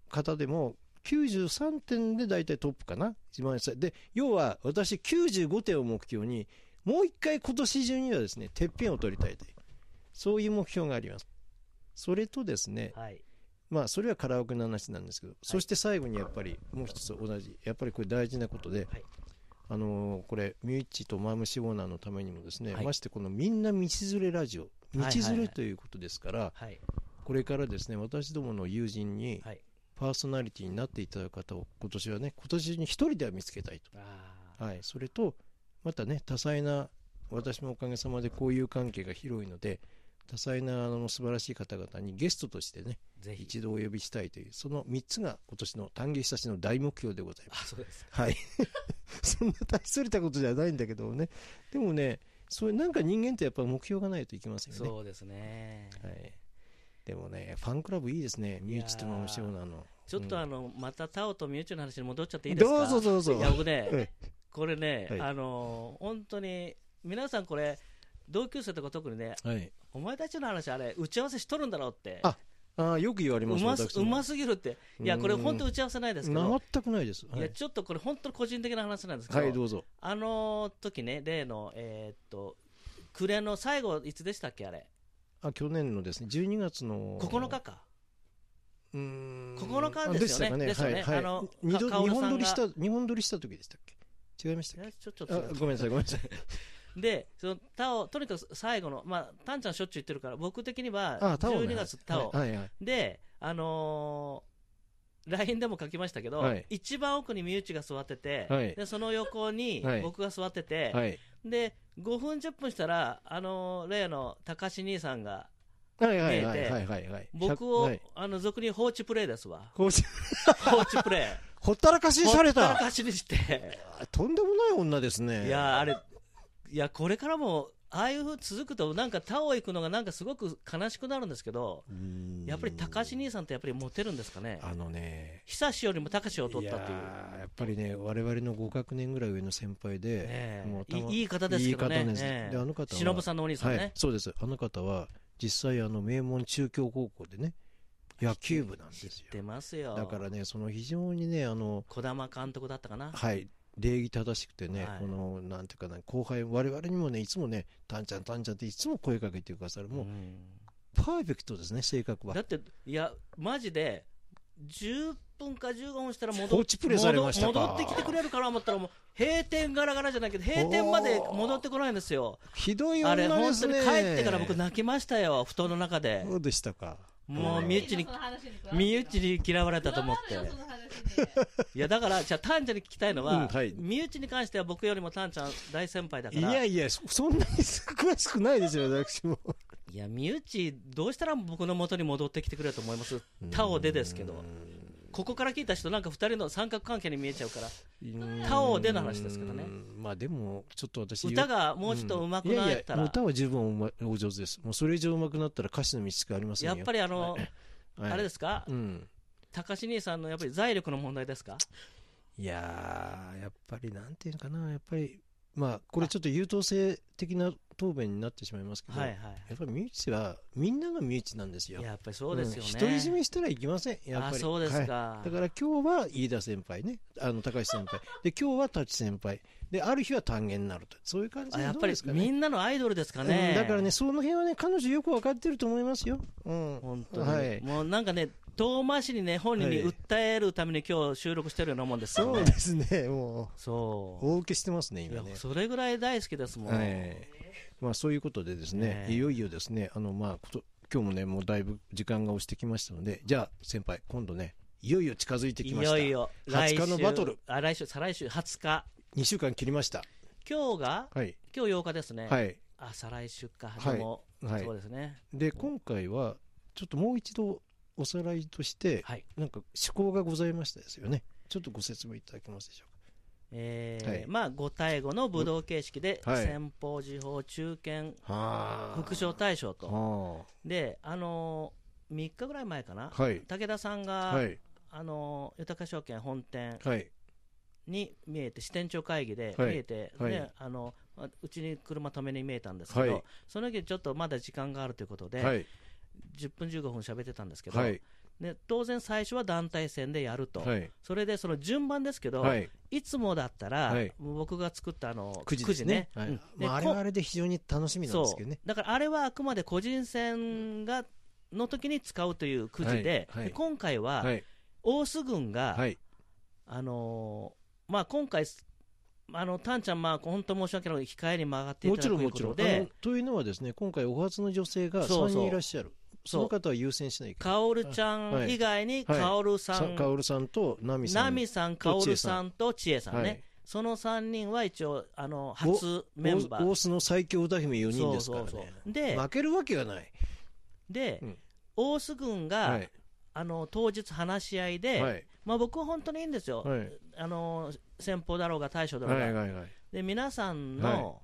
Speaker 1: 方でも93点で大体トップかな一番下で要は私95点を目標にもう一回今年中にはですねてっぺんを取りたいというそういう目標がありますそれとですね
Speaker 2: はい
Speaker 1: まあそれはカラオケの話なんですけど、そして最後にやっぱりもう一つ同じやっぱりこれ大事なことで、
Speaker 2: はい
Speaker 1: あのーこれミュイッチとマムシオーナーのためにもですね、
Speaker 2: はい
Speaker 1: ましてこのみんな道連れラジオ道
Speaker 2: はいはい
Speaker 1: 連
Speaker 2: は
Speaker 1: れ
Speaker 2: い
Speaker 1: ということですから、
Speaker 2: はい
Speaker 1: これからですね私どもの友人に
Speaker 2: はい
Speaker 1: パーソナリティになっていただく方を今年はね今年中に一人では見つけたい
Speaker 2: あ
Speaker 1: と、はい、それとまたね多彩な私もおかげさまで交友関係が広いので多彩なあの素晴らしい方々にゲストとしてね
Speaker 2: ーぜひ
Speaker 1: 一度お呼びしたいというその3つが今年の丹下久志の大目標でございま
Speaker 2: あ
Speaker 1: す。
Speaker 2: そうです <laughs>
Speaker 1: はいそんな大それたことじゃないんだけどねでもねそういうなんか人間ってやっぱ目標がないといけませんよね。
Speaker 2: そうですね、
Speaker 1: はい、でもね、ファンクラブいいですね、
Speaker 2: い
Speaker 1: ミュ
Speaker 2: やー
Speaker 1: ーチとマムシオーナーの。
Speaker 2: ちょっと
Speaker 1: うん
Speaker 2: あの、またタオとミュウチュの話に戻っちゃっていいですか
Speaker 1: どうぞどうぞ。
Speaker 2: いや僕ね、
Speaker 1: うん
Speaker 2: これね、
Speaker 1: はい
Speaker 2: あのー本当に皆さんこれ同級生とか特にね
Speaker 1: はい、
Speaker 2: お前たちの話あれ打ち合わせしとるんだろうって
Speaker 1: あああ、よく言われ
Speaker 2: う
Speaker 1: ます、
Speaker 2: ます
Speaker 1: 私
Speaker 2: う
Speaker 1: も
Speaker 2: ますぎるっていやこれ本当打ち合わせないですけど、、
Speaker 1: 全くないです。はい
Speaker 2: や
Speaker 1: い、
Speaker 2: ちょっとこれ本当に個人的な話なんですけど、
Speaker 1: はい、どうぞ。
Speaker 2: あの時ね例のえーっと暮れの最後いつでしたっけあれ
Speaker 1: あ去年のですね、12月の
Speaker 2: 9日か
Speaker 1: うーん
Speaker 2: 9日ですよね
Speaker 1: あで
Speaker 2: で
Speaker 1: し
Speaker 2: す
Speaker 1: た
Speaker 2: よ
Speaker 1: かね、は
Speaker 2: ね
Speaker 1: い、
Speaker 2: あ
Speaker 1: は
Speaker 2: の
Speaker 1: い、二度
Speaker 2: か
Speaker 1: 日
Speaker 2: 薫さんが
Speaker 1: 本撮りした、日本撮りした時でしたっけ違いまし
Speaker 2: い
Speaker 1: たっ
Speaker 2: やちょちょっ
Speaker 1: けあ
Speaker 2: と違う
Speaker 1: ごめんなさい、ごめんなさ
Speaker 2: <laughs>
Speaker 1: い。
Speaker 2: でそのタオとにかく最後のまあタンちゃんしょっちゅう言ってるから僕的には
Speaker 1: あ、タオ、ね、
Speaker 2: 12月タオ、
Speaker 1: はい、はい、
Speaker 2: で、あのー LINE でも書きましたけど、
Speaker 1: はい
Speaker 2: 一番奥に身内が座ってて、
Speaker 1: はい
Speaker 2: でその横に
Speaker 1: はい
Speaker 2: 僕が座ってて、
Speaker 1: はい。
Speaker 2: で5分、10分したら、あのー例の高橋兄さんが
Speaker 1: はい、はい、はい、はい、はいはい。
Speaker 2: 僕を、
Speaker 1: はい、
Speaker 2: あの俗に放置プレイですわ
Speaker 1: <laughs> こうし
Speaker 2: 放置プレ
Speaker 1: ほったらかし
Speaker 2: イ、
Speaker 1: にされ
Speaker 2: ほったら
Speaker 1: た。
Speaker 2: かしにして、
Speaker 1: とんでもない女ですね。
Speaker 2: いや、あれ、いや、これからも、ああいうふう続くと、なんかタオ行くのが、なんかすごく悲しくなるんですけど、
Speaker 1: うーん
Speaker 2: やっぱり高橋兄さんって、やっぱりモテるんですかね、
Speaker 1: あのね、
Speaker 2: 久しよりも高橋を取ったっていう。
Speaker 1: やーやっぱりね、我々の5学年ぐらい上の先輩で、
Speaker 2: ねえ
Speaker 1: もう頭
Speaker 2: いいいい方ですけどね
Speaker 1: いい方です
Speaker 2: ねえ
Speaker 1: であの方は
Speaker 2: 忍さんのお兄さんね、
Speaker 1: はい、そうです、あの方は実際、あの名門中京高校でね、野球部なんですよ
Speaker 2: 知。ってますよ
Speaker 1: だからね、その非常にね、あの
Speaker 2: 児玉監督だったかな
Speaker 1: はい、礼儀正しくてね、
Speaker 2: はい
Speaker 1: このなんていうかな、後輩、我々にもね、いつもね、たんちゃん、たんちゃんっていつも声かけてくださる、もう
Speaker 2: うん
Speaker 1: パーフェクトですね、性格は
Speaker 2: だ。っていやマジで10分か15分したら戻っ
Speaker 1: 放置プレイされましたか
Speaker 2: 戻戻ってきてくれるかな思ったらもう閉店ガラガラじゃないけど閉店まで戻ってこないんですよ
Speaker 1: ひどい
Speaker 2: あ
Speaker 1: 女で
Speaker 2: れ本
Speaker 1: す
Speaker 2: 当に
Speaker 1: ね。
Speaker 2: 帰ってから僕泣きましたよ布団の中で
Speaker 1: どうでしたか。
Speaker 2: もう身内に身内に嫌われたと思っていやだからじゃあタンちゃんに聞きたいのは、
Speaker 1: うんはい
Speaker 2: 身内に関しては僕よりもタンちゃん大先輩だか
Speaker 1: い
Speaker 2: ら
Speaker 1: やいや、そそんなに詳しくないですよ、私も。
Speaker 2: いや、身内、どうしたら僕の元に戻ってきてくれると思いますタオでですけど、ここから聞いた人、なんか二人の三角関係に見えちゃうから、タオでの話ですけどね
Speaker 1: うん。まあでも、ちょっと私、
Speaker 2: 歌がもうちょっと上手くなっ
Speaker 1: い
Speaker 2: た
Speaker 1: やいや
Speaker 2: ら、
Speaker 1: 歌は十分お,、お上手です。もうそれ以上上手くなったら歌詞の道しかありません
Speaker 2: や
Speaker 1: よ。
Speaker 2: っぱりあの、
Speaker 1: はい
Speaker 2: あれですか、
Speaker 1: うん。
Speaker 2: 高志兄さんのやっぱり財力の問題ですか、
Speaker 1: いやー、やっぱりなんていうのかな、やっぱりまあこれちょっと優等生的な答弁になってしまいますけど、
Speaker 2: はいは
Speaker 1: やっぱり身内はみんなが身内なんですよ
Speaker 2: い。やっぱりそうですよね。
Speaker 1: うん独り占めしたらいけませんやっぱ
Speaker 2: あ
Speaker 1: り
Speaker 2: そうですか。
Speaker 1: はいだから今日は飯田先輩ねあの高橋先
Speaker 2: <laughs>
Speaker 1: 輩で今日は舘先輩である日は単元になるとそういう感じ
Speaker 2: あ
Speaker 1: で
Speaker 2: やっ
Speaker 1: ど
Speaker 2: ぱ
Speaker 1: う
Speaker 2: り
Speaker 1: ですかね
Speaker 2: みんなのアイドルですかね。
Speaker 1: うんだからねその辺はね彼女よくわかってると思いますよ、うん、
Speaker 2: 本当に、
Speaker 1: はい
Speaker 2: もうなんかね、遠回しにね、本人に
Speaker 1: はい
Speaker 2: 訴えるために今日収録してるようなもんですよ
Speaker 1: そう
Speaker 2: ね
Speaker 1: で。すねもう
Speaker 2: そう。
Speaker 1: 大受けしてますね
Speaker 2: いや
Speaker 1: 今ね
Speaker 2: それぐらい大好きですもん。
Speaker 1: はいまあそういうことでですね、
Speaker 2: ねえ
Speaker 1: いよいよですねあのまあこと今日もねもうだいぶ時間が押してきましたのでじゃあ先輩今度ねいよいよ近づいて
Speaker 2: い
Speaker 1: きました
Speaker 2: よいよ来週
Speaker 1: 20日のバトル
Speaker 2: あ来週再来週20日
Speaker 1: 2週間切りました
Speaker 2: 今日が
Speaker 1: はい、
Speaker 2: 今日8日ですね、
Speaker 1: はい
Speaker 2: あ再来週か、
Speaker 1: はい
Speaker 2: でも、
Speaker 1: はい
Speaker 2: そうですね
Speaker 1: で今回はちょっともう一度おさらいとして、
Speaker 2: はい
Speaker 1: なんか趣向がございましたですよねちょっとご説明いただけますでしょ
Speaker 2: えー
Speaker 1: はい
Speaker 2: まあ5対5の武道形式で、
Speaker 1: はい
Speaker 2: 先方時報中堅
Speaker 1: うかは
Speaker 2: 副賞大賞
Speaker 1: と
Speaker 2: とであのー、3日ぐらい前かな、
Speaker 1: はい
Speaker 2: 武田さんが、
Speaker 1: はい
Speaker 2: あのー豊か証券本店
Speaker 1: はい
Speaker 2: に見えて支店長会議で見
Speaker 1: はい
Speaker 2: えて、
Speaker 1: はい
Speaker 2: ねあのあうちに車止めに見えたんですけど、
Speaker 1: はい
Speaker 2: その時ちょっとまだ時間があるということで、
Speaker 1: はい
Speaker 2: 10分15分喋ってたんですけど、
Speaker 1: はい
Speaker 2: ね、当然最初は団体戦でやると、
Speaker 1: はい
Speaker 2: それでその順番ですけど、、
Speaker 1: はいい
Speaker 2: つもだったら、
Speaker 1: はい
Speaker 2: 僕が作ったあの
Speaker 1: 9時ですね
Speaker 2: 9
Speaker 1: はい
Speaker 2: うんで
Speaker 1: まあ、あれは
Speaker 2: こ
Speaker 1: あれで非常に楽しみなんですけどね
Speaker 2: そうだからあれはあくまで個人戦がの時に使うというくじで,、
Speaker 1: はいはい
Speaker 2: で今回は、
Speaker 1: はい
Speaker 2: 大須軍が、
Speaker 1: はい
Speaker 2: あのーまあ、今回、あのタンちゃん、まあ、本当申し訳ない控えに曲がってい
Speaker 1: も
Speaker 2: た
Speaker 1: ち
Speaker 2: だく
Speaker 1: ろんも
Speaker 2: というこ
Speaker 1: ちろ
Speaker 2: と
Speaker 1: んあ
Speaker 2: で
Speaker 1: の、というのはですね今回お初の女性が3
Speaker 2: そうそう
Speaker 1: 人いらっしゃるそ
Speaker 2: そう
Speaker 1: の方は優先しないか
Speaker 2: カオルちゃ
Speaker 1: は
Speaker 2: ん
Speaker 1: い
Speaker 2: 以外に、
Speaker 1: はい
Speaker 2: カオルさ
Speaker 1: さ
Speaker 2: ん、
Speaker 1: カオルさんとナミさ
Speaker 2: ナ
Speaker 1: ん
Speaker 2: ミさん、カオルさんと千恵さんね、
Speaker 1: はい
Speaker 2: その3人は一応、あの初メンバー
Speaker 1: 大須の最強歌姫4人ですからね
Speaker 2: そうそうそうで
Speaker 1: 負けるわけがない
Speaker 2: で、
Speaker 1: うん
Speaker 2: 大須軍が、
Speaker 1: はい
Speaker 2: あの当日話し合いで、
Speaker 1: はい
Speaker 2: まあ、僕は本当にいいんですよ、
Speaker 1: はい
Speaker 2: あの先方だろうが大将だろ
Speaker 1: は
Speaker 2: うが、
Speaker 1: いはいはい
Speaker 2: で皆さんの、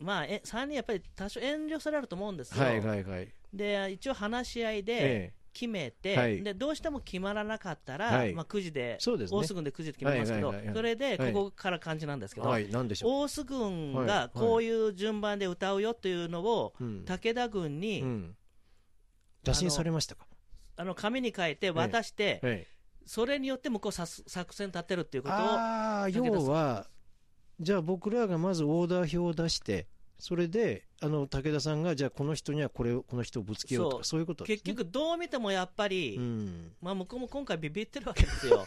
Speaker 2: まあ、え3人やっぱり多少遠慮されると思うんですよ、
Speaker 1: はいはいはい
Speaker 2: で一応話し合いで
Speaker 1: え
Speaker 2: 決めて、
Speaker 1: はい
Speaker 2: でどうしても決まらなかったら、
Speaker 1: はい
Speaker 2: まあ、9時で
Speaker 1: そうですね
Speaker 2: 大須軍で9時で決めますけど、
Speaker 1: はいはいはいはい
Speaker 2: それで
Speaker 1: は
Speaker 2: こ
Speaker 1: い
Speaker 2: こから感じなんです
Speaker 1: え
Speaker 2: けど、
Speaker 1: はいなんでしょう
Speaker 2: 大須軍
Speaker 1: はいは
Speaker 2: が
Speaker 1: い
Speaker 2: こういう順番で歌うよというのを、
Speaker 1: うん
Speaker 2: 武田軍に、
Speaker 1: うん打診されましたか
Speaker 2: あの紙に書いて渡して、
Speaker 1: はい
Speaker 2: それによって向こうさす作戦立てるっていうことを
Speaker 1: ああ
Speaker 2: 武田さん
Speaker 1: 要はじゃあ僕らがまずオーダー表を出してそれであの武田さんがじゃあこの人にはこれをこの人をぶつけようとかそ
Speaker 2: そう
Speaker 1: ういうことですね
Speaker 2: 結局どう見てもやっぱり、
Speaker 1: うん
Speaker 2: まあ向こうも今回ビビってるわけです
Speaker 1: <laughs>
Speaker 2: よ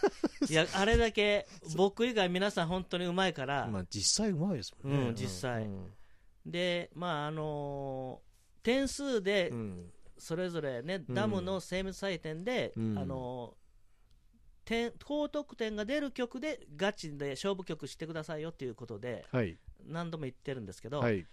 Speaker 2: いやあれだけ僕以外皆さん本当にうまいから、
Speaker 1: まあ実際うまいですもん
Speaker 2: う
Speaker 1: ね
Speaker 2: ん実際
Speaker 1: うん
Speaker 2: でまああのー点数で
Speaker 1: うん
Speaker 2: それぞれね、
Speaker 1: うん
Speaker 2: ダムの精密採点で、
Speaker 1: うん
Speaker 2: あのー点高得点が出る曲でガチで勝負曲してくださいよっていうことで
Speaker 1: はい
Speaker 2: 何度も言ってるんですけど、
Speaker 1: はい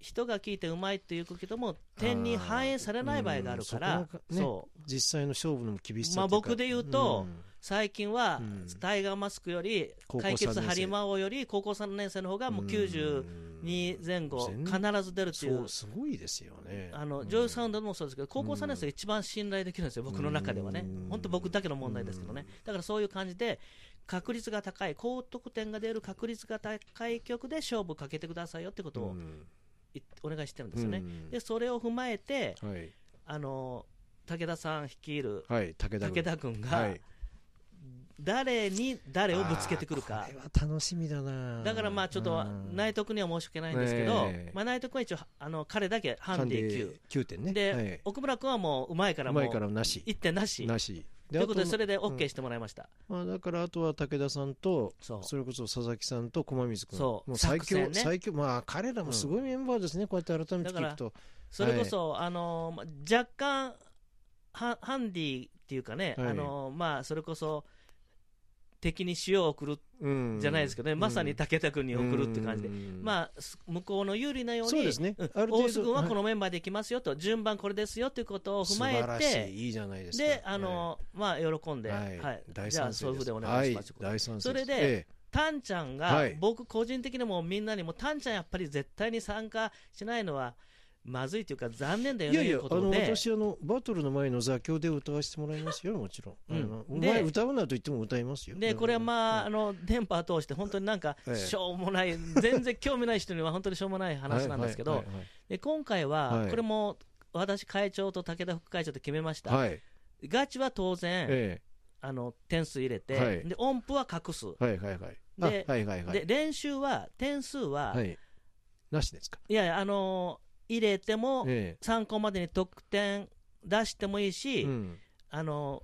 Speaker 2: 人が聞いてうまいっていうけども点に反映されない場合があるから、
Speaker 1: うんそこがね
Speaker 2: そう
Speaker 1: 実際の勝負の厳しさ
Speaker 2: まあ
Speaker 1: というか
Speaker 2: 僕で言うと
Speaker 1: ん
Speaker 2: 最近は、
Speaker 1: うん
Speaker 2: タイガーマスクより
Speaker 1: 高校
Speaker 2: 解決
Speaker 1: 三年生
Speaker 2: ハリマ王より高校3年生の方がもう92前後
Speaker 1: 全
Speaker 2: 必ず出るってい
Speaker 1: そううすごいですよね
Speaker 2: あの
Speaker 1: うん
Speaker 2: ジョイサウンドもそうですけど高校3年生が一番信頼できるんですよ、僕の中ではね
Speaker 1: うん、
Speaker 2: 本当、僕だけの問題ですけどね、だからそういう感じで、確率が高い、高得点が出る確率が高い曲で勝負かけてくださいよってこと
Speaker 1: う
Speaker 2: を
Speaker 1: ん
Speaker 2: いお願いしてるんですよね
Speaker 1: う。ん
Speaker 2: でそれを踏まえて
Speaker 1: はい
Speaker 2: あの武田さん率いる
Speaker 1: はい武田
Speaker 2: 武
Speaker 1: 君
Speaker 2: 田君
Speaker 1: は
Speaker 2: が
Speaker 1: い
Speaker 2: 誰に誰をぶつけてくる
Speaker 1: あ
Speaker 2: か
Speaker 1: ーこれは楽しみだな
Speaker 2: だからまあちょっと
Speaker 1: うん
Speaker 2: 内藤君には申し訳ないんですけど
Speaker 1: ねえ、
Speaker 2: まあ、内藤君は一応あの彼だけハンディ
Speaker 1: 9点ね
Speaker 2: 9で、
Speaker 1: はい
Speaker 2: 奥村君はもううまいからもう
Speaker 1: 前からなし
Speaker 2: 1点なし
Speaker 1: なし
Speaker 2: ということ
Speaker 1: あと
Speaker 2: でそれで
Speaker 1: うん
Speaker 2: OK してもらいました、
Speaker 1: まあだからあとは武田さんと
Speaker 2: そう
Speaker 1: それこそ佐々木さんと駒水君
Speaker 2: そう
Speaker 1: も最
Speaker 2: 作
Speaker 1: 強
Speaker 2: 戦ね
Speaker 1: 最強まあ彼らもすごいメンバーですねこうやって改めて聞くと
Speaker 2: それこそ、あのまあ若干ハハンディっていうかね、
Speaker 1: はい
Speaker 2: あのまあ、それこそ敵に塩を送るじゃないですけどね、まさに武田君に送るって感じで、
Speaker 1: あ
Speaker 2: まあ、す向こうの有利なように、
Speaker 1: そうですね
Speaker 2: ん
Speaker 1: あ
Speaker 2: 大
Speaker 1: る程度
Speaker 2: 須君はこのメンバーで行きますよと、順番これですよということを踏まえ、
Speaker 1: 素晴らしていいいじゃないですか
Speaker 2: で、あのまあ、喜んで、
Speaker 1: は
Speaker 2: はいい
Speaker 1: 大賛成
Speaker 2: じゃあ、そういうふうでお願いします、
Speaker 1: はい大賛成
Speaker 2: それで
Speaker 1: え
Speaker 2: タンちゃんが、
Speaker 1: はい
Speaker 2: 僕、個人的にもみんなにも、タンちゃんやっぱり絶対に参加しないのは、まずいというか残念だよ
Speaker 1: い
Speaker 2: ね
Speaker 1: やい
Speaker 2: い
Speaker 1: や
Speaker 2: うこ
Speaker 1: あ
Speaker 2: と
Speaker 1: の
Speaker 2: で
Speaker 1: 私あのバトルの前の座興で歌わせてもらいますよもちろん、
Speaker 2: うん
Speaker 1: あのお
Speaker 2: で
Speaker 1: 前歌うなと言っても歌いますよ
Speaker 2: でこれはまああの電波通して本当になんか
Speaker 1: ええ
Speaker 2: しょうもない全然興味ない人には本当にしょうもない話なんです
Speaker 1: は
Speaker 2: けど
Speaker 1: いはい
Speaker 2: で今回
Speaker 1: は
Speaker 2: はいこれも私会長と武田副会長で決めました、
Speaker 1: はいはい
Speaker 2: ガチは当然
Speaker 1: え
Speaker 2: あの点数入れて、
Speaker 1: はい
Speaker 2: で音符は隠す、
Speaker 1: えはいはいはいあ
Speaker 2: で
Speaker 1: はいはいはい
Speaker 2: で練習は点数は、、
Speaker 1: はいいなしですか
Speaker 2: やいやあの入れても
Speaker 1: え
Speaker 2: 参考までに得点出してもいい
Speaker 1: え
Speaker 2: し、
Speaker 1: うん
Speaker 2: あの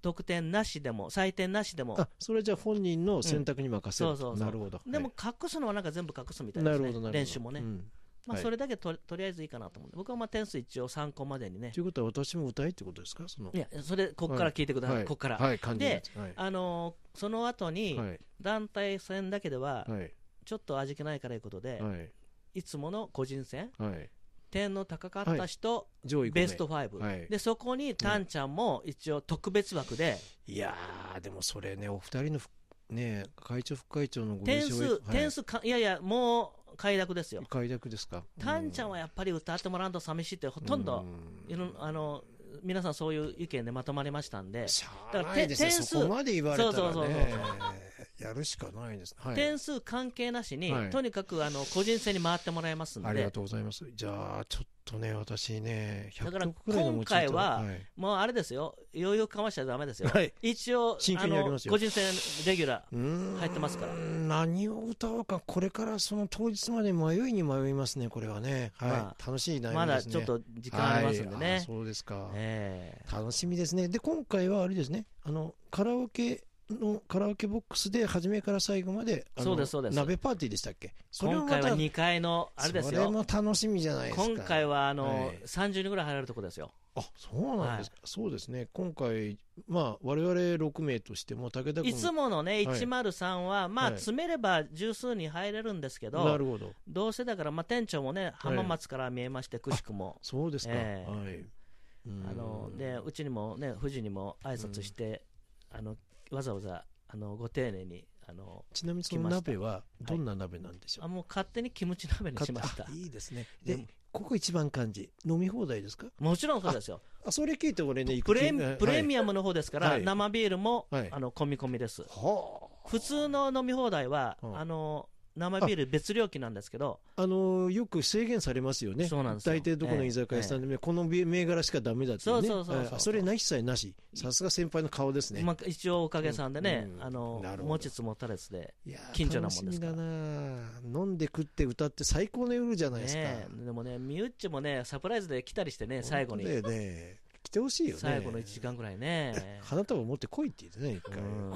Speaker 2: 得点なしでも採点なしでも
Speaker 1: あそれじゃあ本人の選択に任せる
Speaker 2: うんそうそうそう
Speaker 1: なるほど
Speaker 2: でも
Speaker 1: は
Speaker 2: 隠すのはなんか全部隠すみ
Speaker 1: い
Speaker 2: たいで
Speaker 1: な
Speaker 2: す
Speaker 1: るほど
Speaker 2: ね
Speaker 1: なるほど
Speaker 2: 練習もね、
Speaker 1: うん
Speaker 2: まあ、
Speaker 1: はい
Speaker 2: それだけととりあえずいいかなと思うんで僕はまあ点数一応参考までにね
Speaker 1: ということは私も歌いってことですかその
Speaker 2: いやそれここから聞いてください、
Speaker 1: はい
Speaker 2: ここから、
Speaker 1: はい感じのやつはい
Speaker 2: あのーその後に
Speaker 1: はい
Speaker 2: 団体戦だけでは
Speaker 1: はい
Speaker 2: ちょっと味気ないからいうことで、い
Speaker 1: はい
Speaker 2: つもの個人戦
Speaker 1: はい
Speaker 2: 点の高かった人、
Speaker 1: 上位5名
Speaker 2: ベスト5、
Speaker 1: はい
Speaker 2: でそこにタンちゃんも一応特別枠で、
Speaker 1: いやーでもそれねお二人のふね会長副会長のご
Speaker 2: 点
Speaker 1: 印象
Speaker 2: 数、点数かいやいやもう快諾ですよ
Speaker 1: 快諾ですか
Speaker 2: タンちゃんはやっぱり歌ってもらうと寂しいってほとんど、いろんあの皆さんそういう意見でまとまりましたんで、
Speaker 1: しゃあないです
Speaker 2: だ
Speaker 1: ね
Speaker 2: から点
Speaker 1: そ
Speaker 2: 数
Speaker 1: こまで言われたらね
Speaker 2: そうそうそうそう
Speaker 1: やるしかないですね、はい
Speaker 2: 点数関係なしに、
Speaker 1: はい
Speaker 2: とにかくあの個人戦に回ってもらいますん
Speaker 1: あり
Speaker 2: で
Speaker 1: がとうございますじゃあちょっとね私ね100
Speaker 2: だから
Speaker 1: 曲くらいの持ち歌
Speaker 2: 今回は
Speaker 1: はい
Speaker 2: もうあれですよ余裕かましちゃだめですよ、
Speaker 1: はい
Speaker 2: 一応
Speaker 1: 真剣にやりますよ
Speaker 2: あの個人戦レギュラ
Speaker 1: うーん
Speaker 2: 入ってますから
Speaker 1: 何を歌おうかこれからその当日まで迷いに迷いますねこれはねはい、
Speaker 2: ま
Speaker 1: 楽しい
Speaker 2: ー、
Speaker 1: 内
Speaker 2: ま
Speaker 1: 容で
Speaker 2: だ
Speaker 1: す
Speaker 2: ち
Speaker 1: ね
Speaker 2: ょっと時間ありますんで
Speaker 1: はいあ
Speaker 2: ね、
Speaker 1: そうですか、
Speaker 2: ええ
Speaker 1: 楽しみですね。で、今回はあれですね、あの、カラオケの、カラオケボックスで、初めから最後まで、あの
Speaker 2: そうですそうです
Speaker 1: 鍋パーティーでしたっけそれも
Speaker 2: 今
Speaker 1: ま
Speaker 2: 回は
Speaker 1: た、
Speaker 2: 2階のあれですよ
Speaker 1: それも楽しみじゃないですか。
Speaker 2: 今回はあの、
Speaker 1: はい
Speaker 2: 30人ぐらい入れるとこですよ
Speaker 1: あ、そうなんですか。そうですね。今回、まあ、我々6名としても、武田君
Speaker 2: いつものね
Speaker 1: はい
Speaker 2: 103は、まあ
Speaker 1: はい
Speaker 2: 詰めれば十数人入れるんですけど
Speaker 1: なるほど。
Speaker 2: どうせだから、まあ、店長もね浜松から見えまして、くしくも
Speaker 1: そうですか。
Speaker 2: ええ
Speaker 1: はい。うん
Speaker 2: あのでうちにもね富士にも挨拶して、あのわざわざあのご丁寧にあの
Speaker 1: ちなみにその鍋は、どんな鍋なんでしょう
Speaker 2: あもう勝手にキムチ鍋に
Speaker 1: 買
Speaker 2: し
Speaker 1: っ
Speaker 2: ました
Speaker 1: あいいですね。
Speaker 2: で
Speaker 1: で、ここ一番感じ。飲み放題ですか
Speaker 2: もちろんそうですよ
Speaker 1: あ、それ聞いて俺ね、行く
Speaker 2: プレ
Speaker 1: 気
Speaker 2: ミ
Speaker 1: はい
Speaker 2: プレミアムの方ですから、
Speaker 1: はい
Speaker 2: 生ビールも、
Speaker 1: はい
Speaker 2: あの込み込みです
Speaker 1: はあ。
Speaker 2: 普通の飲み放題は、
Speaker 1: うん
Speaker 2: あの生ビール別料金なんですけど
Speaker 1: あのよく制限されますよね、
Speaker 2: そうなんですよ
Speaker 1: 大抵どこの居酒屋さんでも、この銘柄しかダメだっていうね、
Speaker 2: そうそうそうそう
Speaker 1: あそれなしさえなし、さすが先輩の顔ですね。
Speaker 2: まあ、一応おかげさんでね、
Speaker 1: うんうん
Speaker 2: あの
Speaker 1: なるほど
Speaker 2: 持ちつ持たれつで、
Speaker 1: いやー
Speaker 2: 近所なもんですから
Speaker 1: 楽しみだな、飲んで食って歌って最高の夜じゃないですか。
Speaker 2: ね、でもね、みゆっちもね、サプライズで来たりしてね、最後に、
Speaker 1: 本当だよね、来てほしいよね。
Speaker 2: 最後の1時間ぐらいね。
Speaker 1: 花束持ってこいって言ってね、一回。
Speaker 2: うん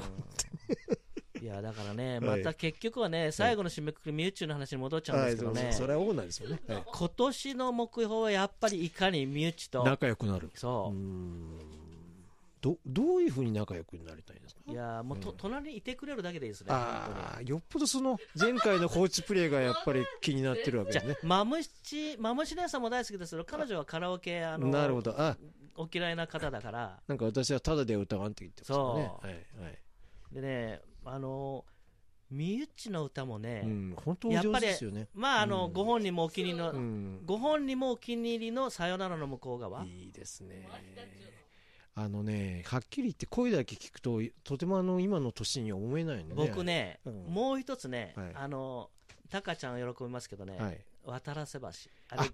Speaker 2: いやだからね、ま
Speaker 1: はい
Speaker 2: た結局はね、最後の締めくくり、ミュウチュの話に戻っちゃうん
Speaker 1: は
Speaker 2: で
Speaker 1: い
Speaker 2: すけ
Speaker 1: そ
Speaker 2: ど
Speaker 1: う
Speaker 2: ね
Speaker 1: そう、それはオーナーですよね。はい
Speaker 2: 今年の目標はやっぱりいかにミュウチと、
Speaker 1: 仲良くなる。うー
Speaker 2: そ
Speaker 1: んどどういうふうに仲良くなりたいですか
Speaker 2: う、いやもうと隣にいてくれるだけでいいですね、本当に
Speaker 1: ああ、よっぽどその前回の放置プレイがやっぱり気になってるわけ
Speaker 2: じ
Speaker 1: です
Speaker 2: ゃ
Speaker 1: ね。
Speaker 2: あ、マムシ、マムシ姉さんも大好きですけど、彼女はカラオケ、あの
Speaker 1: なるほど。あ、
Speaker 2: お嫌いな方だから、
Speaker 1: なんか私はタダで歌わんって言ってますからね。
Speaker 2: そう
Speaker 1: はいはい。
Speaker 2: でね、あのミユッチの歌もね、
Speaker 1: うん、本当お上手ですよね。
Speaker 2: まあ、あの、
Speaker 1: うん
Speaker 2: ご本人もお気に入りの、
Speaker 1: うん。
Speaker 2: ご本人もお気に入りのさよならの向こう側。
Speaker 1: いいですね。あのね、はっきり言って声だけ聞くと、とてもあの、今の年には思えないんでね。
Speaker 2: 僕ね、
Speaker 1: うん
Speaker 2: もう一つね、
Speaker 1: はい
Speaker 2: あの、タカちゃん喜びますけどね、
Speaker 1: はい。
Speaker 2: 渡らせ橋。あれ
Speaker 1: あ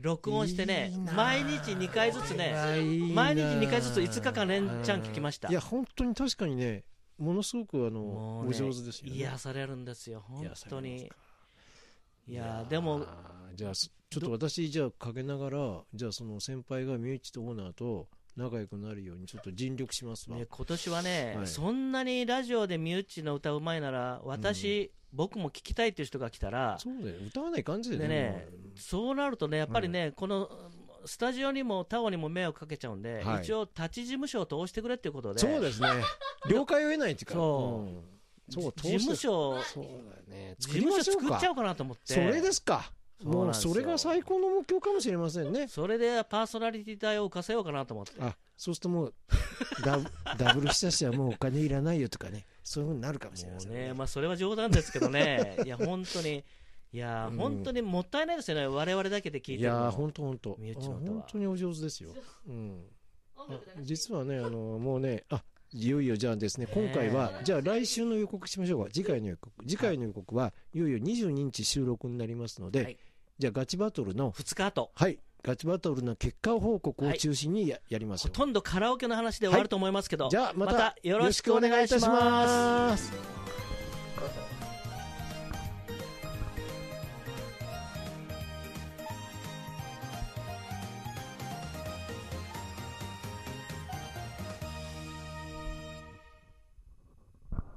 Speaker 2: 録音してね
Speaker 1: いいなあ
Speaker 2: 毎日2回ずつね、
Speaker 1: いいな
Speaker 2: 毎日2回ずつ5日間連チャン聞きました
Speaker 1: いや、本当に確かにね、ものすごくあ
Speaker 2: も
Speaker 1: の、
Speaker 2: うね
Speaker 1: お上手ですよね。
Speaker 2: 癒されるんですよ、本当に。い
Speaker 1: いや
Speaker 2: や
Speaker 1: ー
Speaker 2: でも、
Speaker 1: じゃあそちょっと私じゃあかけながらじゃあその先輩がミューチとオーナーと仲良くなるようにちょっと尽力しますわ、
Speaker 2: ね、今年はね、
Speaker 1: はい
Speaker 2: そんなにラジオで身内の歌うまいなら、私、僕も聞きたいっていう人が来たら、
Speaker 1: そうだよ歌わない感じだよね
Speaker 2: でね
Speaker 1: もう
Speaker 2: そうなるとね、やっぱりね、このうんスタジオにもタオにも迷惑かけちゃうんで、
Speaker 1: はい
Speaker 2: 一応、立ち事務所を通してくれっていうことで、
Speaker 1: そう
Speaker 2: <laughs>
Speaker 1: ですね了解を得ないっていうか
Speaker 2: そ
Speaker 1: んそう
Speaker 2: 事務
Speaker 1: を
Speaker 2: 所、
Speaker 1: そうだよね
Speaker 2: 事務所作っちゃ
Speaker 1: う
Speaker 2: おうかなと思って、
Speaker 1: それですか
Speaker 2: そうなん
Speaker 1: も
Speaker 2: で
Speaker 1: う
Speaker 2: すよ
Speaker 1: それが最高の目標かもしれませんね
Speaker 2: それでパーソナリティ代を浮かせようかなと思って、
Speaker 1: あそうするともう <laughs> ダブダブル久しはもうお金いらないよとかねそういうふうになるかもしれ
Speaker 2: も
Speaker 1: ませ
Speaker 2: うん
Speaker 1: ね <laughs>
Speaker 2: ね、まあ、それは冗談ですけどね、いや、本当に、いやー、
Speaker 1: うん
Speaker 2: 本当にもったいないですよね、我々だけで聞い
Speaker 1: い
Speaker 2: てるの
Speaker 1: やーほんとほんと
Speaker 2: 身内
Speaker 1: あ
Speaker 2: の歌は
Speaker 1: 本当にお上手ですよ、うん、
Speaker 3: 音
Speaker 1: あ
Speaker 3: 楽だ
Speaker 1: 実はねあのもうねあいよいよじゃあですね
Speaker 2: ねえ
Speaker 1: 今回はじゃあ来週の予告しましょうか次回の予告次回の予告はいよいよ22日収録になりますので、
Speaker 2: はい
Speaker 1: じゃあガチバトルの
Speaker 2: 2日後
Speaker 1: はいガチバトルの結果報告を中心にや,、やります
Speaker 2: ほ
Speaker 1: よ
Speaker 2: とんどカラオケの話で終わると思いますけど、
Speaker 1: じゃあま
Speaker 2: また
Speaker 1: た
Speaker 2: よろしくお願いいた
Speaker 1: よろ
Speaker 2: します
Speaker 1: しくお願いいたします